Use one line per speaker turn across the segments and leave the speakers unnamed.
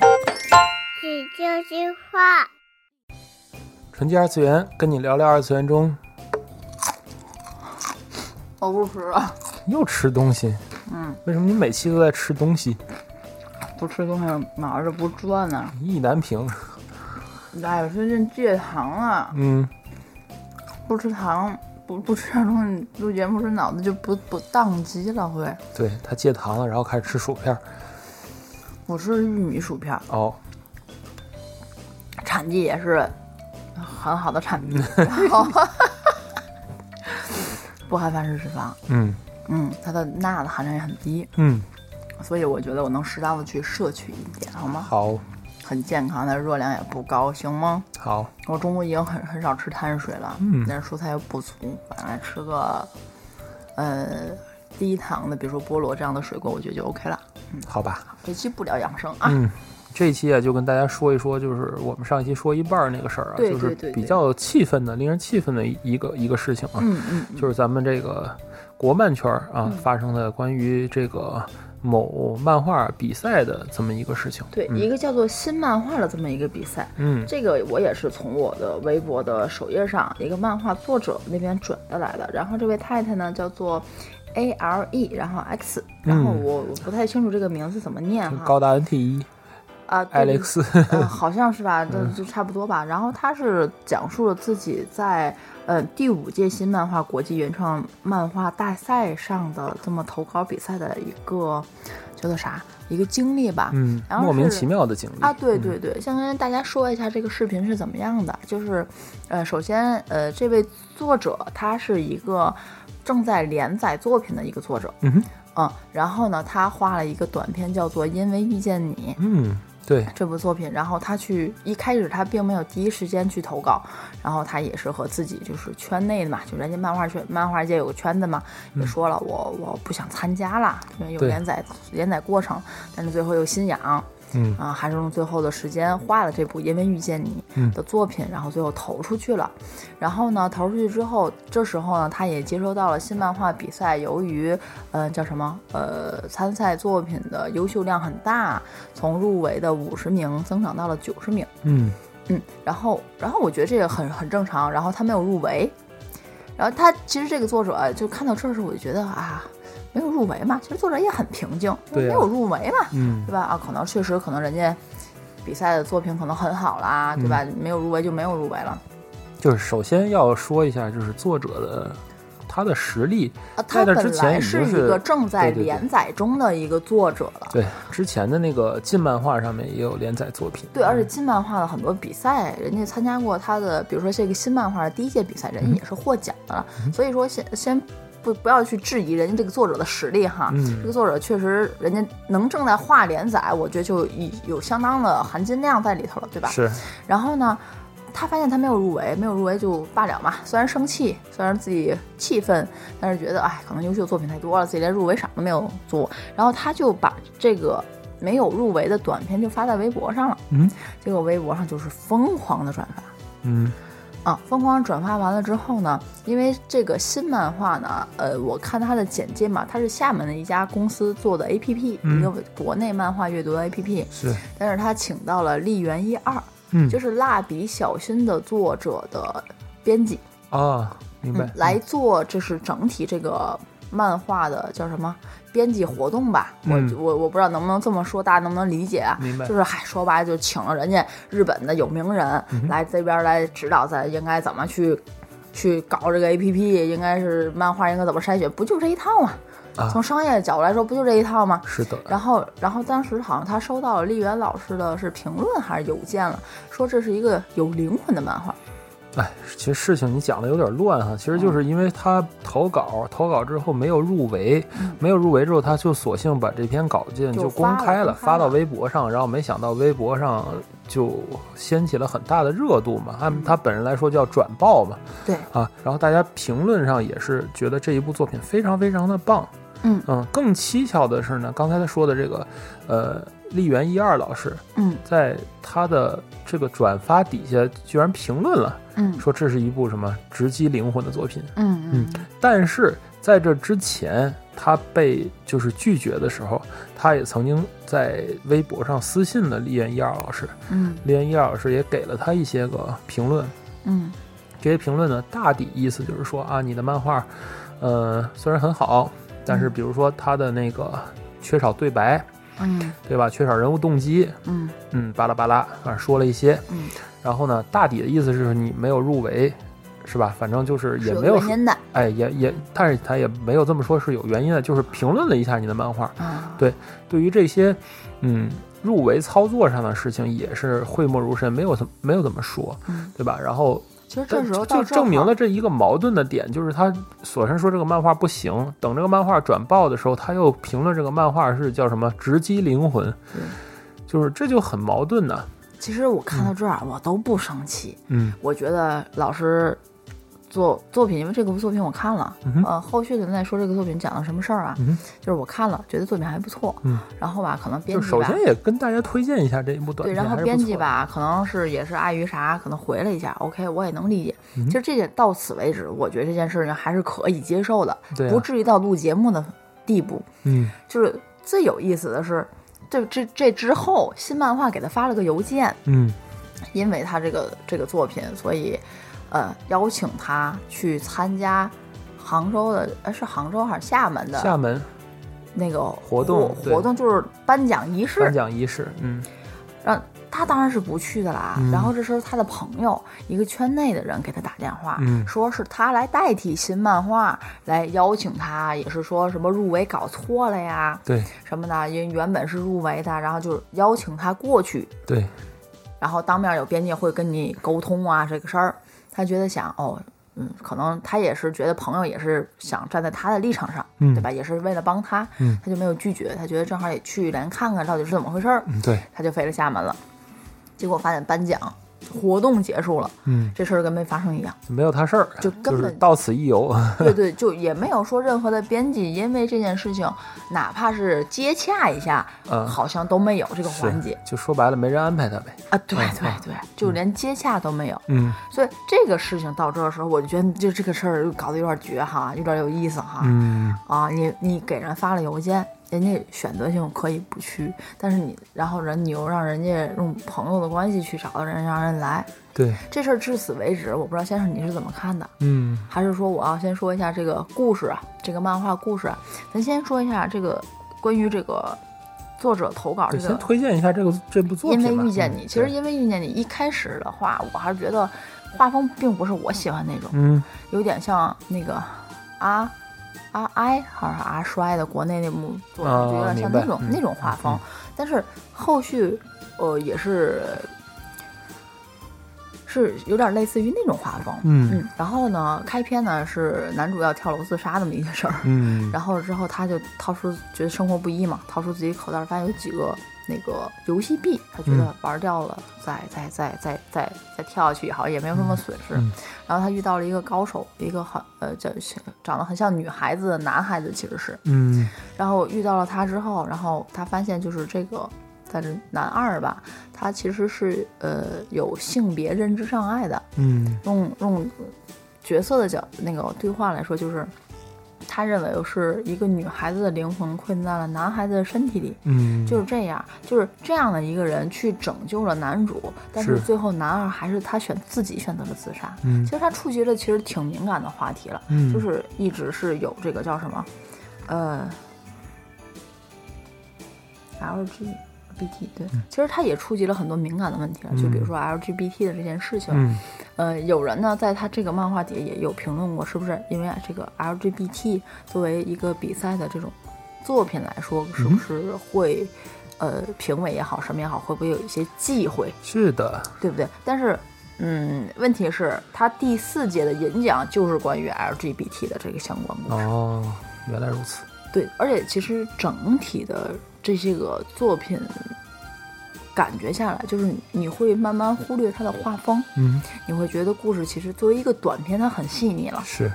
喜剧之话，
纯洁二次元，跟你聊聊二次元中
我不吃了，
又吃东西。
嗯，
为什么你每期都在吃东西？
不吃东西脑子不转呢、
意难 平。
哎，我最近戒糖了，
嗯，
不吃糖，不不吃点东西，录节目时脑子就不不宕机了会。
对他戒糖了，然后开始吃薯片儿。
我吃玉米薯片，
哦，
产地也是很好的产 地，然后不含反式脂肪，
嗯
嗯，它的钠的含量也很低，
嗯，
所以我觉得我能适当的去摄取一点，好吗？
好，
很健康，但是热量也不高，行吗？
好，
我中午已经很很少吃碳水了，
嗯
但是蔬菜又不足，反正吃个，呃，低糖的，比如说菠萝这样的水果，我觉得就 OK 了。
好吧。
这期不聊养生啊，
嗯，这一期啊，就跟大家说一说，就是我们上一期说一半儿那个事儿啊，
对
就是
对对
比
对
较气愤的、令人气愤的一一个一个事情啊。
嗯嗯嗯，
就是咱们这个国漫圈儿啊、发生的关于这个某漫画比赛的这么一个事情。
对，
嗯
一个叫做新漫画的这么一个比赛，
嗯
这个我也是从我的微博的首页上一个漫画作者那边转的来的。然后这位太太呢叫做 A L E，然后 X，然后
嗯
我我不太清楚这个名字怎么念哈
高达 NT 一
啊对对
Alex，
呃，好像是吧，就就差不多吧。然后他是讲述了自己在呃第五届新漫画国际原创漫画大赛上的这么投稿比赛的一个叫做啥一个经历吧。
嗯，
然 后
莫名
是
其妙的经历
啊，对对对，先跟大家说一下这个视频是怎么样的。就是，呃，首先，呃，这位作者他是一个正在连载作品的一个作者，
嗯哼
嗯，然后呢，他画了一个短片，叫做《因为遇见你》，
嗯，对，
这部作品，然后他去一开始他并没有第一时间去投稿，然后他也是和自己就是圈内的嘛，就人家漫画圈漫画界有个圈子嘛，也说了我我不想参加啦，因为有
嗯对
连载连载过程，但是最后又心痒，
嗯
啊，还是用最后的时间画了这部《因为遇见你
嗯》
的作品，然后最后投出去了。然后呢，投出去之后，这时候呢，他也接收到了新漫画比赛，由于呃叫什么呃参赛作品的优秀量很大，从入围的五十名增长到了九十名。
嗯
嗯，然后然后我觉得这个很很正常，然后他没有入围，然后他其实这个作者啊就看到这儿的时候，我就觉得啊，没有入围嘛，其实作者也很平静，
对啊
没有入围嘛，
嗯
对吧？啊，可能确实可能人家比赛的作品可能很好啦，对吧？没有入围就没有入围了
就是首先要说一下，就是作者的他的实力，
啊。
在
他
这之
本
前
来
已经
是一
是
个正在
对对对
连载中的一个作者了，
对之前的那个近漫画上面也有连载作品。
对，而且金漫画的很多比赛，人家参加过他的，比如说这个新漫画的第一届比赛，人
嗯
家也是获奖的了。所以说先先不不要去质疑人家这个作者的实力哈，
嗯
这个作者确实人家能正在画连载，我觉得就已有相当的含金量在里头了，对吧？
是，
然后呢，他发现他没有入围，没有入围就罢了嘛。虽然生气，虽然自己气愤，但是觉得哎，可能优秀作品太多了，自己连入围赏都没有做。然后他就把这个没有入围的短片就发在微博上了。
嗯，
结果微博上就是疯狂的转发。
嗯
啊，疯狂转发完了之后呢，因为这个新漫画呢，呃，我看它的简介嘛，它是厦门的一家公司做的 APP，、
嗯
一个国内漫画阅读的 APP，
是，
但是他请到了丽媛一二，
嗯
就是《蜡笔小新》的作者的编辑，
啊，明白
嗯，，来做就是整体这个漫画的叫什么编辑活动吧。
嗯
我我我不知道能不能这么说，大家能不能理解啊？
明白
就是嗨，说白了就请了人家日本的有名人
嗯
来这边来指导咱应该怎么去。去搞这个 A P P，应该是漫画应该怎么筛选，不就这一套吗？
啊
从商业的角度来说，不就这一套吗？
是的，
然后，然后当时好像他收到了丽媛老师的是评论还是邮件了，说这是一个有灵魂的漫画。
哎，其实事情你讲的有点乱哈，其实
嗯
就是因为他投稿，投稿之后没有入围，没有入围之后，他就索性把这篇稿件
嗯就
就公
发了
开了，
公开
发到
了
微博上，然后没想到微博上就掀起了很大的热度
嗯
嘛，按他本人来说叫转爆嘛，
对，
啊，然后大家评论上也是觉得这一部作品非常非常的棒，
嗯
嗯，更蹊跷的是呢，刚才他说的这个，呃，丽媛一二老师
嗯
在他的这个转发底下居然评论了。
嗯
说这是一部什么直击灵魂的作品。
嗯嗯
但是在这之前，他被就是拒绝的时候，他也曾经在微博上私信了丽媛一二老师，
嗯
丽媛一二老师也给了他一些个评论，
嗯
这些评论呢，大抵意思就是说啊，你的漫画，呃，虽然很好，但是比如说它的那个缺少对白，
嗯
对吧？缺少人物动机，
嗯
嗯，巴拉巴拉，反正说了一些，
嗯，
然后呢，大抵的意思是你没有入围，是吧？反正就是
是
也
有
没有
原
说，
因的
哎，也也，但是他也没有这么说，是有原因的，就是评论了一下你的漫画，
啊，
对于这些，嗯，入围操作上的事情也是讳莫如深，没有怎么没有怎么说，
嗯
对吧？然后
其实这
但
时候
就
到
证明了这一个矛盾的点，就是他索身说这个漫画不行，等这个漫画转爆的时候，他又评论这个漫画是叫什么直击灵魂
嗯，
就是这就很矛盾呢、
其实我看到这儿，啊我都不生气。
嗯
我觉得老师作作品，因为这部作品我看了，
嗯哼
呃，后续的人在说这个作品讲了什么事儿啊，
嗯哼
就是我看了，觉得作品还不错，
嗯
然后吧，可能编
就
辑
首
吧
先也跟大家推荐一下这一部短
对，
片，
然后
还是不
编
错
辑，吧，可能是也是碍于啥，可能回了一下，OK，我也能理解。
嗯
其实这件到此为止，我觉得这件事情还是可以接受的，
对啊
不至于到录节目的地步。
嗯
就是最有意思的是，这这这之后，新漫画给他发了个邮件，
嗯
因为他这个这个作品，所以呃邀请他去参加杭州的，呃是杭州还是厦门
厦
的
门
那个
活动对
活动就是颁奖仪式
颁，奖仪式，嗯
让他当然是不去的啦。
嗯
然后这时候他的朋友，一个圈内的人给他打电话，
嗯
说是他来代替新漫画来邀请他，也是说什么入围搞错了呀
对
什么的，因为原本是入围的，然后就邀请他过去，
对，
然后当面有编辑会跟你沟通啊这个事儿。他觉得想哦。嗯，可能他也是觉得朋友也是想站在他的立场上，
嗯
对吧？也是为了帮他，
嗯
他就没有拒绝。他觉得正好也去连看看到底是怎么回事儿，
嗯对，
他就飞了厦门了。结果发现颁奖活动结束了，
嗯
这事儿跟没发生 一样。
没有他事儿，啊
就根
是
本
到此一游，
对对，就也没有说任何的编辑因为这件事情，哪怕是接洽一下，
嗯
好像都没有这 个
是
环节
就说白了没人安排他呗，
啊。对
嗯
对对，就连接洽都没有。
嗯
所以这个事情到这儿的时候，我就觉得就这个事儿搞得有点绝哈，有点有意思哈。
嗯
啊，你你给人发了邮件，人家选择性可以不去，但是你然后人你又让人家用朋友的关系去找到人，让人来，
对，
这事儿至此为止，我不知道先生你是怎么看的，
嗯
还是说我要先说一下这个故事啊，这个漫画故事啊，咱先说一下这个关于这个作者投稿这
对，先
个。
推荐一下这个这部作
因
品吧。
为遇见你，
嗯
其实，因为遇见你一开始的话，我还是觉得画风并不是我喜欢那种，
嗯
有点像那个阿阿哀还是阿衰的国内那部作品，
啊
就有点
明
像
白
那种、
嗯
那种画风。
嗯
但是后续呃也是是有点类似于那种画风。
嗯
然后呢，开篇呢是男主要跳楼自杀那么一个事儿，
嗯
然后之后他就掏出觉得生活不易嘛，掏出自己口袋儿发现有几个那个游戏币，他觉
嗯
得玩掉了，再再再再再再跳下去也好，也没有什么损失。
嗯嗯
然后他遇到了一个高手，一个很呃叫长得很像女孩子的男孩子其实是，
嗯
然后遇到了他之后，然后他发现就是这个。但是男二吧，他其实是呃有性别认知障碍的，
嗯
用用角色的角那个对话来说，就是他认为是一个女孩子的灵魂困在了男孩子的身体里，
嗯，
就是这样，就是这样的一个人去拯救了男主，但是
是
最后男二还是他选自己选择了自杀。
嗯
其实他触及了其实挺敏感的话题了，
嗯
就是一直是有这个叫什么，呃，LGBT 对，
嗯
其实他也触及了很多敏感的问题了，就比如说 LGBT 的这件事情，
嗯
呃，有人呢在他这个漫画底下也有评论过，是不是因为啊这个 LGBT 作为一个比赛的这种作品来说，是不是会、呃评委也好，什么也好，会不会有一些忌讳，
是的，
对不对？但是。嗯，问题是，他第四届的演讲就是关于 LGBT 的这个相关故事。
哦，原来如此，
对，而且其实整体的这些个作品，感觉下来，就是你会慢慢忽略它的画风，
嗯，
你会觉得故事其实作为一个短片，它很细腻了。
是，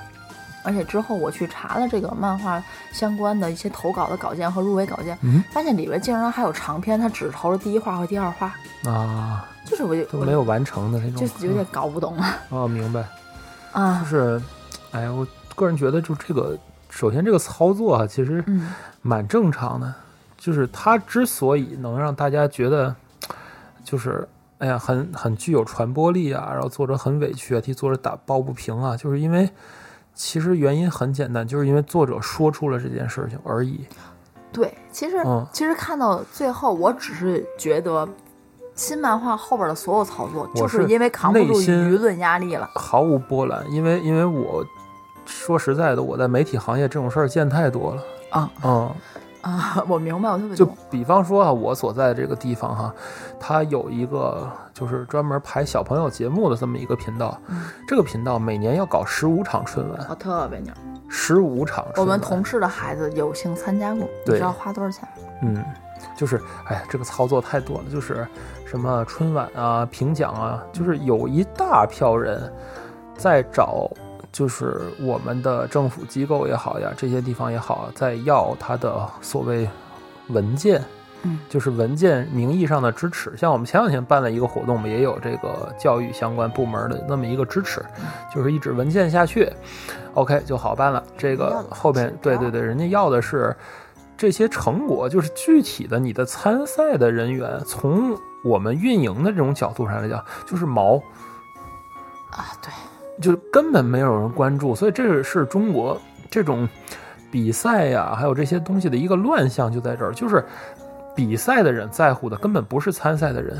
而且之后我去查了这个漫画相关的一些投稿的稿件和入围稿件，
嗯
发现里边竟然还有长篇，它只投了第一话和第二话，
啊，
就是我就
都没有嗯完成的那种，
就是有点搞不懂了
哦，明白，就
啊。
是，哎，我个人觉得就这个。首先这个操作啊，其实
嗯
蛮正常的，就是它之所以能让大家觉得，就是哎呀，很很具有传播力啊，然后作者很委屈啊，替作者打抱不平啊，就是因为其实原因很简单，就是因为作者说出了这件事情而已。
对，其实、
嗯
其实看到最后，我只是觉得新漫画后边的所有操作，
我
就是
是
因为扛不
内
住
心
舆论压力了。
毫无波澜，因为因为我说实在的，我在媒体行业这种事儿见太多了。
啊
嗯，
啊，我明白，我特别
就
懂。
比方说啊，我所在的这个地方哈、它有一个就是专门排小朋友节目的这么一个频道，
嗯
这个频道每年要搞十五场春晚，
我特别牛，
十五场春晚。
我们同事的孩子有幸参加过，你
对
知道花多少钱吗？
嗯，就是哎呀，这个操作太多了，就是什么春晚啊、评奖啊，就是有一大票人在找，就是我们的政府机构也好呀，这些地方也好，在要他的所谓文件。
嗯，
就是文件名义上的支持，像我们前两天办了一个活动，我们也有这个教育相关部门的那么一个支持，
嗯
就是一纸文件下去，OK 就好办了。这
人家要
个
的
后
是
边
指
对
标
对对，人家要的是这些成果就是具体的你的参赛的人员，从我们运营的这种角度上来讲，就是毛，
啊，对，
就是根本没有人关注，所以这是中国这种比赛呀、还有这些东西的一个乱象就在这儿，就是比赛的人在乎的根本不是参赛的人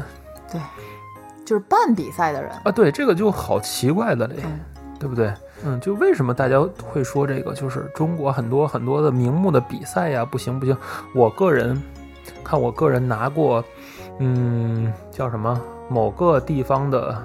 就是办比赛的人，
啊，对，这个就好奇怪的嘞。
嗯，
对不对？嗯，就为什么大家会说这个？就是中国很多很多的名目的比赛呀，不行不行。我个人看，我个人拿过，嗯，叫什么某个地方的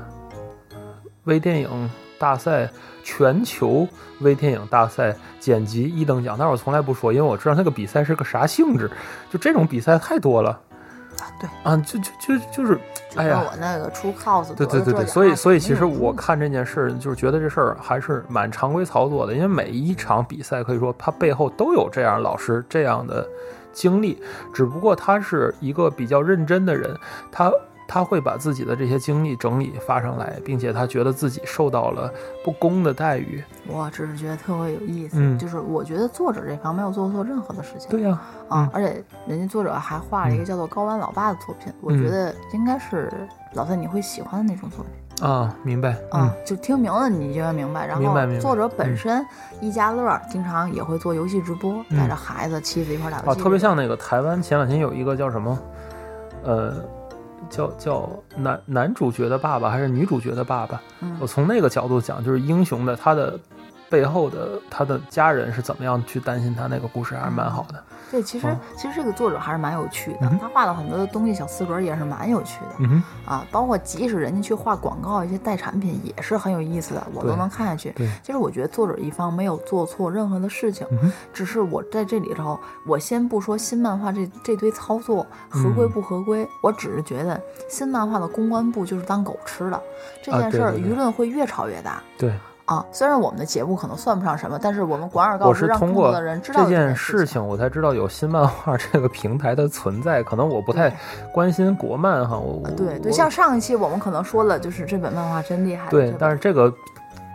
微电影大赛，全球微电影大赛剪辑一等奖，但是我从来不说，因为我知道那个比赛是个啥性质。就这种比赛太多了
啊对，
啊，就就就就是，
就
哎
跟
呀，
我那个出 cos，
对对
得
对
这
对，
奖
所以
那
所以
奖
其实
没有
我
用
看这件事儿，就是觉得这事儿还是蛮常规操作的，因为每一场比赛可以说它背后都有这样老师这样的经历，只不过他是一个比较认真的人，他他会把自己的这些经历整理发上来，并且他觉得自己受到了不公的待遇。
我只是觉得特别有意思，
嗯
就是我觉得作者这方没有做错任何的事情，
对呀、
啊
嗯，
而且人家作者还画了一个叫做《高玩老爸》的作品，我
嗯
觉得应该是老蔡你会喜欢的那种作品
啊，明白，嗯
啊，就听名字你就要明白。然
明白明白
后作者本身一家乐儿经常也会做游戏直播，
嗯
带着孩子、妻子一块儿打游戏，
啊，特别像那个台湾前两天有一个叫什么，呃，叫叫男男主角的爸爸还是女主角的爸爸。
嗯
我从那个角度讲，就是英雄的他的背后的他的家人是怎么样去担心他那个故事，还是蛮好的。
对，其实、
嗯
其实这个作者还是蛮有趣的，
嗯哼
他画的很多的东西小四格也是蛮有趣的、
嗯哼，
啊，包括即使人家去画广告一些代产品也是很有意思的，我都
对
能看下去。
对，
其实我觉得作者一方没有做错任何的事情，
嗯哼，
只是我在这里头，我先不说新漫画这这堆操作合
嗯
规不合规，我只是觉得新漫画的公关部就是当狗吃的，这
啊
件
对
事儿
对对
舆论会越炒越大。
对，
啊，虽然我们的节目可能算不上什么，但是我们广而告
我
之，
是
让
通
更
过
多的人知道
这件
事
事。情，我才知道有新漫画这个平台的存在。可能我不太关心国漫哈，我我
啊对
我
对，像上一期我们可能说了，就是这本漫画真厉害。
对，但
是
是这个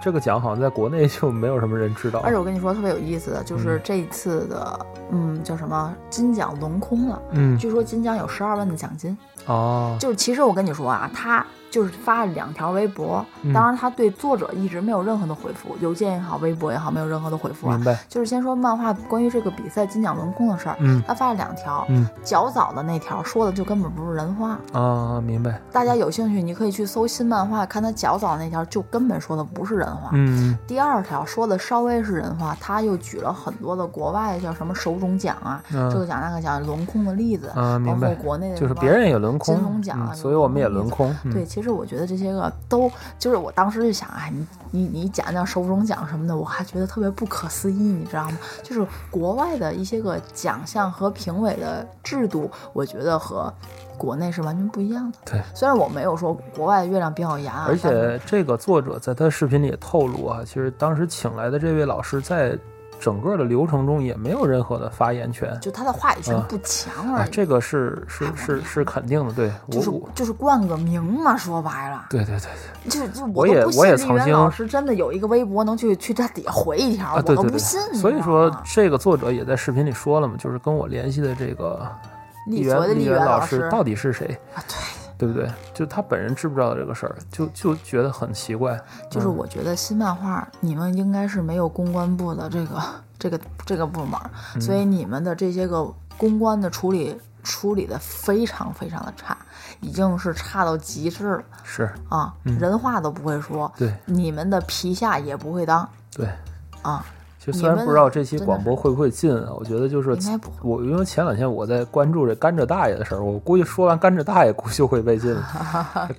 这个奖好像在国内就没有什么人知道
而。且我跟你说特别有意思的，
嗯
就是这一次的，嗯，叫什么金奖轮空了，
嗯，
据说金奖有十二万的奖金。
哦，
就是其实我跟你说啊，他就是发了两条微博，
嗯
当然他对作者一直没有任何的回复，邮件也好，微博也好，没有任何的回复啊
明。白。
就是先说漫画关于这个比赛金奖轮空的事儿，
嗯
他发了两条，
嗯
较早的那条说的就根本不是人话，
啊，明白。
大家有兴趣你可以去搜新漫画，看他较早的那条就根本说的不是人话。
嗯
第二条说的稍微是人话，他又举了很多的国外叫什么手冢奖啊，
嗯
这个奖那个奖轮空的例子，
啊，
包
明
括
白。
国内的
就是
什么
别人也嗯轮
金龙
空，
奖啊
嗯，所以我们也轮空。
对，其实我觉得这些个都，就是我当时就想，哎，你你你讲讲手冢奖什么的，我还觉得特别不可思议，你知道吗？就是国外的一些个奖项和评委的制度，我觉得和国内是完全不一样的。
对
虽然我没有说国外的月亮比较圆啊，
而
但是
且这个作者在他视频里也透露啊，其实当时请来的这位老师在整个的流程中也没有任何的发言权
就他的话语权
啊
不强
啊
而，已，
这个是是是是肯定的，对我
就是啊
我
就是冠个名嘛，说白了，
对对对
就就
我
都
也
不
我也
信
曾
袁
经
老师真的有一个微博能去去他底下回一条，
啊对对
我都不
对
信，你
所以
知道
说
吗
这个作者也在视频里说了嘛，就是跟我联系的这个
你所谓的
元
丽
丽
媛
老
师
到底是谁，
啊，
对
对，
不对？就他本人知不知道这个事儿，就就觉得很奇怪。嗯
就是我觉得新漫画你们应该是没有公关部的这个这个这个部门儿，所
嗯
以你们的这些个公关的处理处理的非常非常的差，已经是差到极致了
是
啊，人话都不会说，
嗯对
你们的皮下也不会当
对，
啊，
其实
你
虽然
们
不知道这期
真的
广播会不会进啊，我觉得就是
应该不会
我因为前两天我在关注这甘蔗大爷的事儿，我估计说完甘蔗大爷，估计就会被禁 了。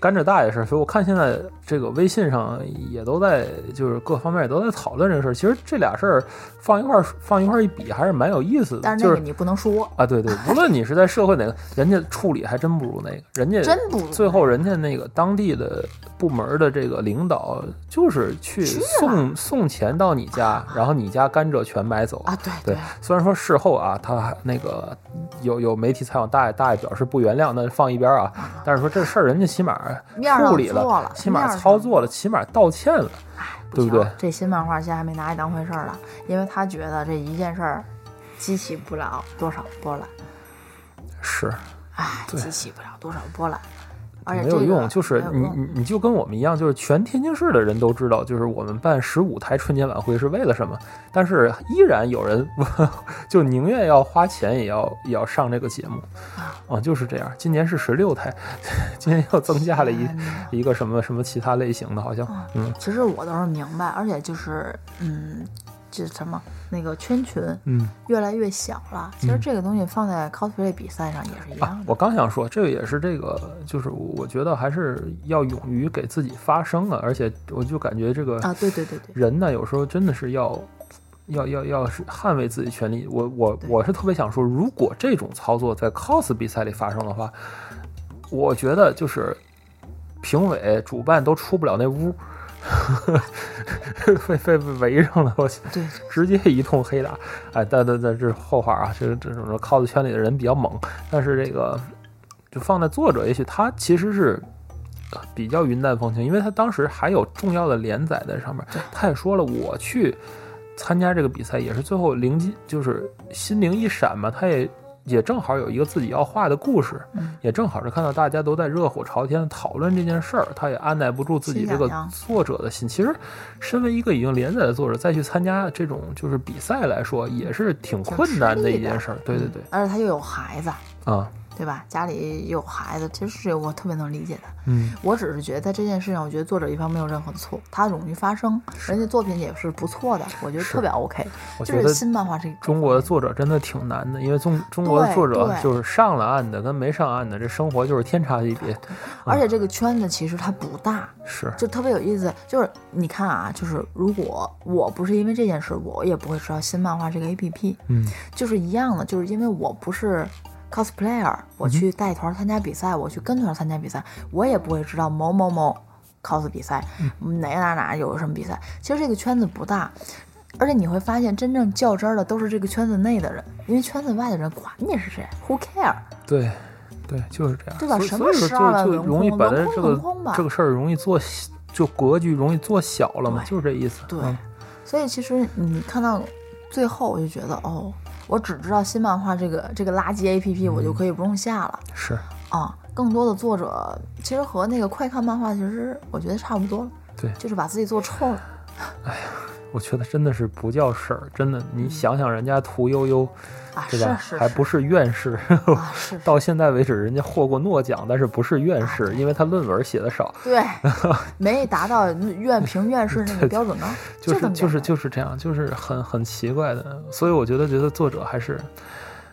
甘蔗大爷事儿，所以我看现在这个微信上也都在，就是各方面也都在讨论这个事儿。其实这俩事儿放一块儿放一块儿一比，还是蛮有意思的。
但是
就
那个
是
你不能说，
啊，对对，无论你是在社会哪个，人家处理还真不如那个，人家
真不如
最后人家那个当地的部门的这个领导就是去
啊
送送钱到你家，然后你家甘蔗全买走
啊，对
对，虽然说事后啊，他还那个有有媒体采访大爷，大爷表示不原谅，那放一边啊。但是说这事儿人家起码
面儿上
处理
做了
起
面儿
码
上
操作了，起码道歉了，对不
行
对？
这新漫画家还没拿你当回事儿了，因为他觉得这一件事儿激起不了多少波澜，
是
哎，
对
激起不了多少波澜，而且
没
这
有
个
用，就是
没有
你
用
你你就跟我们一样，就是全天津市的人都知道，就是我们办十五台春节晚会是为了什么，但是依然有人 就宁愿要花钱也要也要上这个节目，啊，就是这样。今年是十六台， 今年又增加了一
天哪
一个什么什么其他类型的，好像
哦
嗯
嗯其实我倒是明白，而且就是嗯，这什么那个圈群
嗯。
越来越小了，其实这个东西放在 cosplay 比赛上也是一
啊
样，的。
我刚想说，这个也是这个，就是我我觉得还是要勇于给自己发声啊，而且我就感觉这个
啊，对对对对，
人呢，有时候真的是要要要要是捍卫自己权利。我我
对
我是特别想说，如果这种操作在 cos 比赛里发生的话，我觉得就是评委、主办都出不了那屋， 被被被围上了，我
对对
直接一通黑打。哎，但但但这是后话啊，这这种 cos 圈里的人比较猛，但是这个就放在作者，也许他其实是。呃比较云淡风轻，因为他当时还有重要的连载在上面
对。
他也说了，我去参加这个比赛也是最后灵机，就是心灵一闪嘛。他也也正好有一个自己要画的故事，
嗯
也正好是看到大家都在热火朝天地讨论这件事儿，他也按耐不住自己这个
心痒痒
作者的心。其实，身为一个已经连载的作者，再去参加这种就是比赛来说，也是挺困难的一件事儿。对对对，
而且他又有孩子，
啊，
对吧？家里又有孩子，其实是我特别能理解他。
嗯，
我只是觉得在这件事上，我觉得作者一方没有任何的错，他勇于发声，人家作品也是不错的，我觉得特别 OK。
我
就
觉
是
得
新漫画这一种，
中国的作者真的挺难的，因为中中国的作者
对
就是上了岸的跟没上岸的，这生活就是天差地别。
而且
嗯
这个圈子其实它不大，
是，
就特别有意思。就是你看啊，就是如果我不是因为这件事，我也不会知道新漫画这个 APP，
嗯，
就是一样的，就是因为我不是。cosplayer，我去带团参加比赛，我去跟团参加比赛，我也不会知道某某某 cos 比赛，嗯哪个哪哪有什么比赛。其实这个圈子不大，而且你会发现，真正较真儿的都是这个圈子内的人，因为圈子外的人管你是谁，who care？
对，对，就是这样。
对吧
所以
什
所以说
么十二万
就就
文
容易
空
把
文
它
空
这
文
个
空吧
这个事儿容易做小就格局容易做小了嘛，
对
就是这意思。
对
嗯，
所以其实你看到最后，我就觉得哦，我只知道新漫画这个这个垃圾 A P P，我就可以不用下了
是
啊。更多的作者其实和那个快看漫画，其实我觉得差不多了，
对
就是把自己做臭了。
我觉得真的是不叫事儿，真的，
嗯
你想想人家屠呦呦，
啊，是
对吧？
是
还
是
不是院士，
啊，是
到现在为止，人家获过诺奖，但是不是院士，因为他论文写的少，
对，没达到院评院士那个标准高，
就
这
是就是
么简单
就是这样，就是很很奇怪的。所以我觉得，觉得作者还是，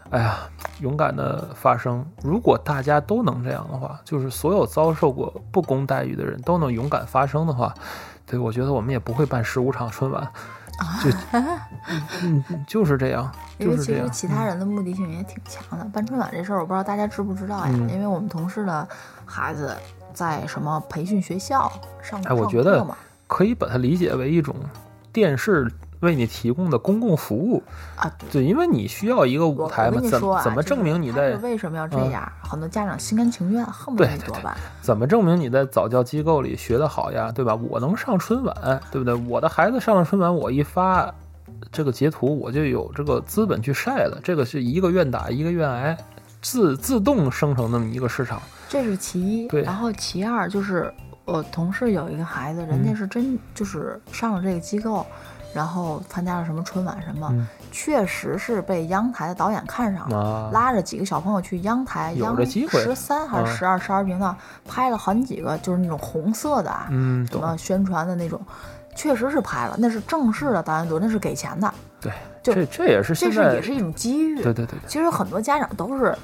哎呀，勇敢的发声。如果大家都能这样的话，就是所有遭受过不公待遇的人都能勇敢发声的话，对我觉得我们也不会办十五场春 晚，就嗯嗯就是这样，
因
就
为
是
其
这
实
样。嗯
其他人的目的性也挺强的。办春晚这事儿，我不知道大家知不知道呀？
嗯
因为我们同事的孩子在什么培训学校上
哎我
上
觉得
课嘛
可以把它理解为一种电视。为你提供的公共服务。
啊，对
对，因为你需要一个舞
我
台
我
嘛，
跟你
怎
说啊，
怎么
这个
证明你
他
在
是为什么要这
嗯
样？很多家长心甘情愿，恨不
对
得你
对
多
对
办。
怎么证明你在早教机构里学得好呀？对吧？我能上春晚，对不对？我的孩子上了春晚，我一发这个截图，我就有这个资本去晒了。这个是一个愿打一个愿挨，自自动生成那么一个市场。
这是其一，
对
然后其二就是我同事有一个孩子，人家
嗯
是真就是上了这个机构，然后参加了什么春晚什么，
嗯
确实是被央台的导演看上了。
啊，
拉着几个小朋友去央台，
有
央
这机会啊
十三还是十二、十二频道拍了很几个，就是那种红色的啊，
嗯，
什
懂，
么宣传的那种，确实是拍了，那是正式的导演组，那是给钱的，
对，
就
这这也是现
这是
在
也是一种机遇。
对对对对
其实很多家长都是，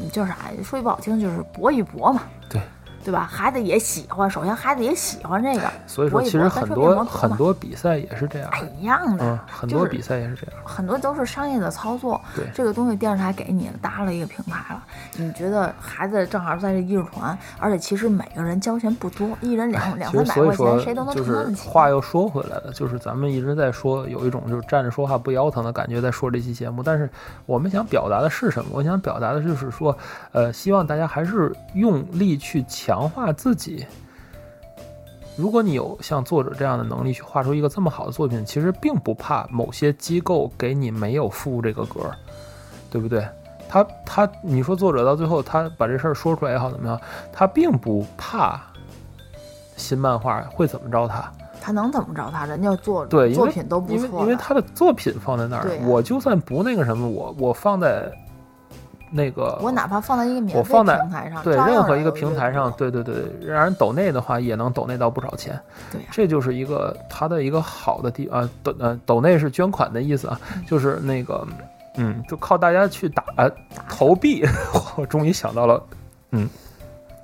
嗯就是哎，说句不好听，就是搏一搏嘛，
对。
对吧？孩子也喜欢，首先孩子也喜欢这个，
哎所以说，
搏一
其实
搏再
很
说变
多
魔头
很
嘛
多比赛也是这样
哎
的，
一样的，
嗯，很
就
多
是
比赛也是这样的。
很多都是商业的操作。
对
这个东西电视台给你了搭了一个平台了，你觉得孩子正好在这艺术团，而且其实每个人交钱不多，一人两两
哎其实
三百
所以
块
说
钱，谁都能
就
承担
是
得起。
话又说回来了，就是咱们一直在说有一种就是站着说话不腰疼的感觉，在说这期节目。但是我们想表达的是什么？我想表达的就是说，呃，希望大家还是用力去强化自己。如果你有像作者这样的能力去画出一个这么好的作品，其实并不怕某些机构给你没有付这个格儿，对不对？他他，你说作者到最后他把这事儿说出来也好怎么样，他并不怕新漫画会怎么着他？
他能怎么着他？人家做
对因为
作品都不
因为
错
因为
了
他的作品放在那儿，
对啊呀
我就算不那个什么，我我放在那个
我哪怕放在一个免
呃我
费
放在
平台上，
对
照样
任何一
有
个
阅
平台
读
上，对对对，让人抖内的话也能抖内到不少钱，
对啊呀
这就是一个它的一个好的地啊，抖呃抖内是捐款的意思啊，就是那个嗯，就靠大家去打、呃、投币， 我终于想到了，嗯，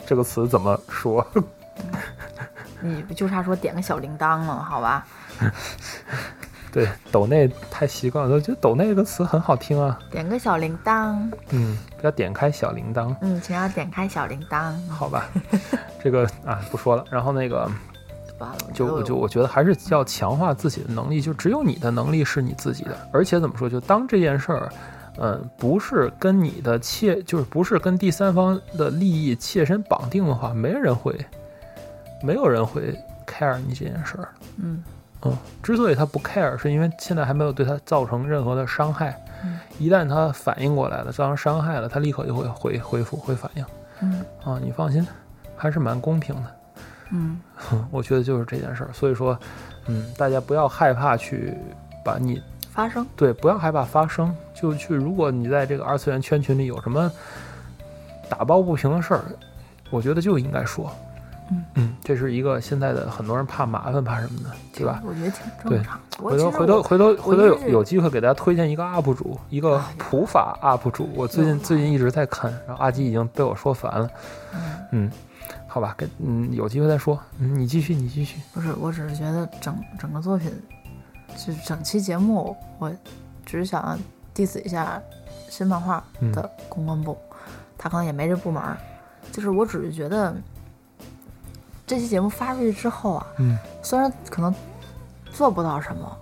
这个词怎么说？
你就差说点个小铃铛了，好吧？
对，抖内太习惯了，我觉得抖内这个词很好听啊。
点个小铃铛，
嗯，要点开小铃铛，
嗯，请要点开小铃铛。
好吧？这个啊不说了。然后那个
完了，
就我
我
就我觉得还是要强化自己的能力，就只有你的能力是你自己的。而且怎么说，就当这件事儿，嗯，不是跟你的切，就是不是跟第三方的利益切身绑定的话，没人会，没有人会 care 你这件事儿。
嗯，
嗯，之所以他不 care，是因为现在还没有对他造成任何的伤害。
嗯
一旦他反应过来了，造成伤害了，他立刻就会回恢复会反应
嗯
啊。你放心，还是蛮公平的。
嗯，
哼我觉得就是这件事儿。所以说，嗯，大家不要害怕去把你
发声，
对，不要害怕发声，就去。如果你在这个二次元圈群里有什么打抱不平的事儿，我觉得就应该说。
嗯
这是一个现在的很多人怕麻烦怕什么的，对吧？
我觉得挺
对
正常。我
回头
其实
回头
我
回头回头
我就
有
是
有机会给大家推荐一个 UP 主，一个
哎呀
普法 UP 主。我最近
有啊
最近一直在看，然后阿基已经被我说烦了。
嗯，
嗯，好吧，跟嗯有机会再说。嗯，你继续，你继续。
不是，我只是觉得整整个作品，就整期节目，我只是想 diss 一下新漫画
嗯
的公关部，他可能也没这部门儿，就是我只是觉得这期节目发出去之后啊，
嗯，
虽然可能做不到什么，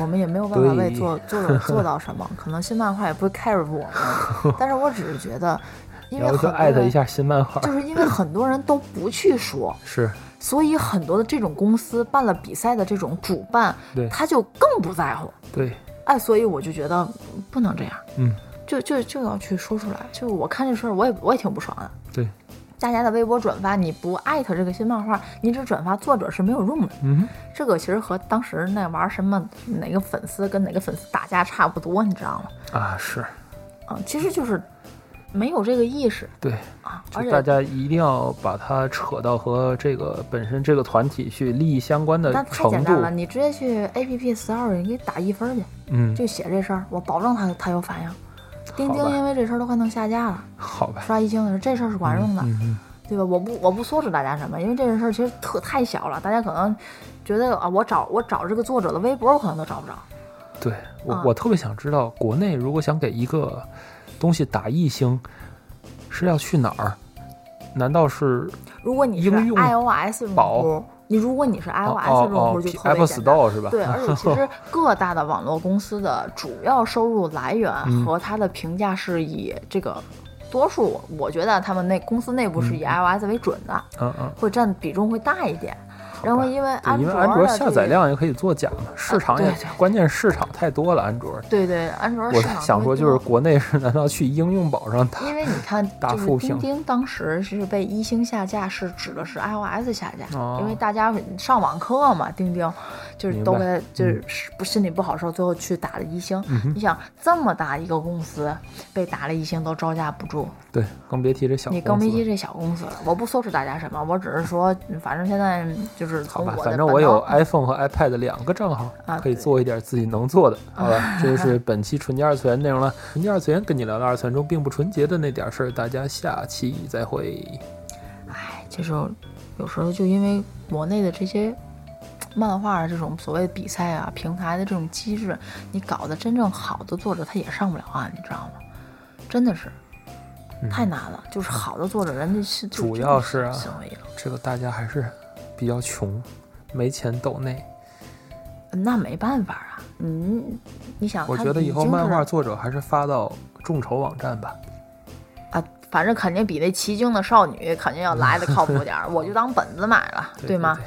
我们也没有办法
对
为做作者做到什么，可能新漫画也不会 care 我 们，但是我只是觉得，因为
然后
很
就
多
艾特一
人。
下新漫画
就。是因为很多人都不去说，
是，
所以很多的这种公司办了比赛的这种主办，
对
他就更不在乎。
对，
哎，所以我就觉得嗯不能这样，
嗯，
就就就要去说出来。就是我看这事儿，我也我也挺不爽的。
对，
大家的微博转发，你不艾特这个新漫画，你只转发作者是没有用的。
嗯
这个其实和当时那玩儿什么哪个粉丝跟哪个粉丝打架差不多，你知道吗？
哼啊，是
啊，其实就是没有这个意识
对，
啊，而
就大
且
家一定要把它扯到和这个本身这个团体去利益相关的
那太简
程
单了，
度。
你直接去 A P P Story 你给打一分儿去，
嗯，
就写这事儿，我保证他他有反应。钉
好
钉
吧
因为这事儿都快弄下架了，
好吧，
刷一星的时候这事儿是管用的，
嗯嗯，
对吧？我不我不唆使大家什么，因为这件事儿其实特太小了，大家可能觉得啊，我找我找这个作者的微博，我可能都找不着。
对我、
啊
我特别想知道，国内如果想给一个东西打一星，是要去哪儿？难道是
如果你是
应用
iOS 用
宝
户，你如果你是
哦
iOS
哦
用户，
哦
就特
，Apple
别简单。
Store 是吧？
对，而且其实各大的网络公司的主要收入来源
嗯
和它的评价是以这个多数，我觉得他们内公司内部是以 iOS 为准的，
嗯嗯，
会占比重会大一点。然后因为
对，
安
因为
卓
安卓
的
下
这
载
个，
量也可以作假嘛，市场也
对对
关键市场太多了，安卓。
对对，安卓
我
市场
想
会
说，就
多
是国内是难道去应用宝上打？
因为你看，
大
就是
复
钉
评
钉当时是被一星下架，是指的是 iOS 下架，
哦
因为大家上网课嘛，钉钉就是都
明白嗯
会就是不心里不好受，最后去打了一星。你想这么大一个公司被打了一星都招架不住，
对，更别提这小
你
公
更别提
司。
这小公司了。我不唆使大家什么，我只是说，反正现在就是
好
从
吧
我，的
反正
本
我有
行
iPhone 和 iPad 两个账号
啊，
可以
对
做一点自己能做的。好 吧，这就是本期纯洁二次元内容了。纯洁二次元跟你聊聊二次元中并不纯洁的那点事儿，大家下期再会。
哎，这时候有时候就因为国内的这些漫画啊这种所谓比赛啊、平台的这种机制，你搞得真正好的作者他也上不了岸，你知道吗？真的是
嗯
太难了。就是好的作者，人家是就
主要是啊
行为了，
这个大家还是比较穷，没钱斗内。
那没办法啊。嗯，你想，
我
他
觉得
已
以后
经
漫
是
画作者还是发到众筹网站吧。
啊，反正肯定比那《奇经的少女》肯定要来的靠谱点儿，我就当本子买了，
对
吗？
对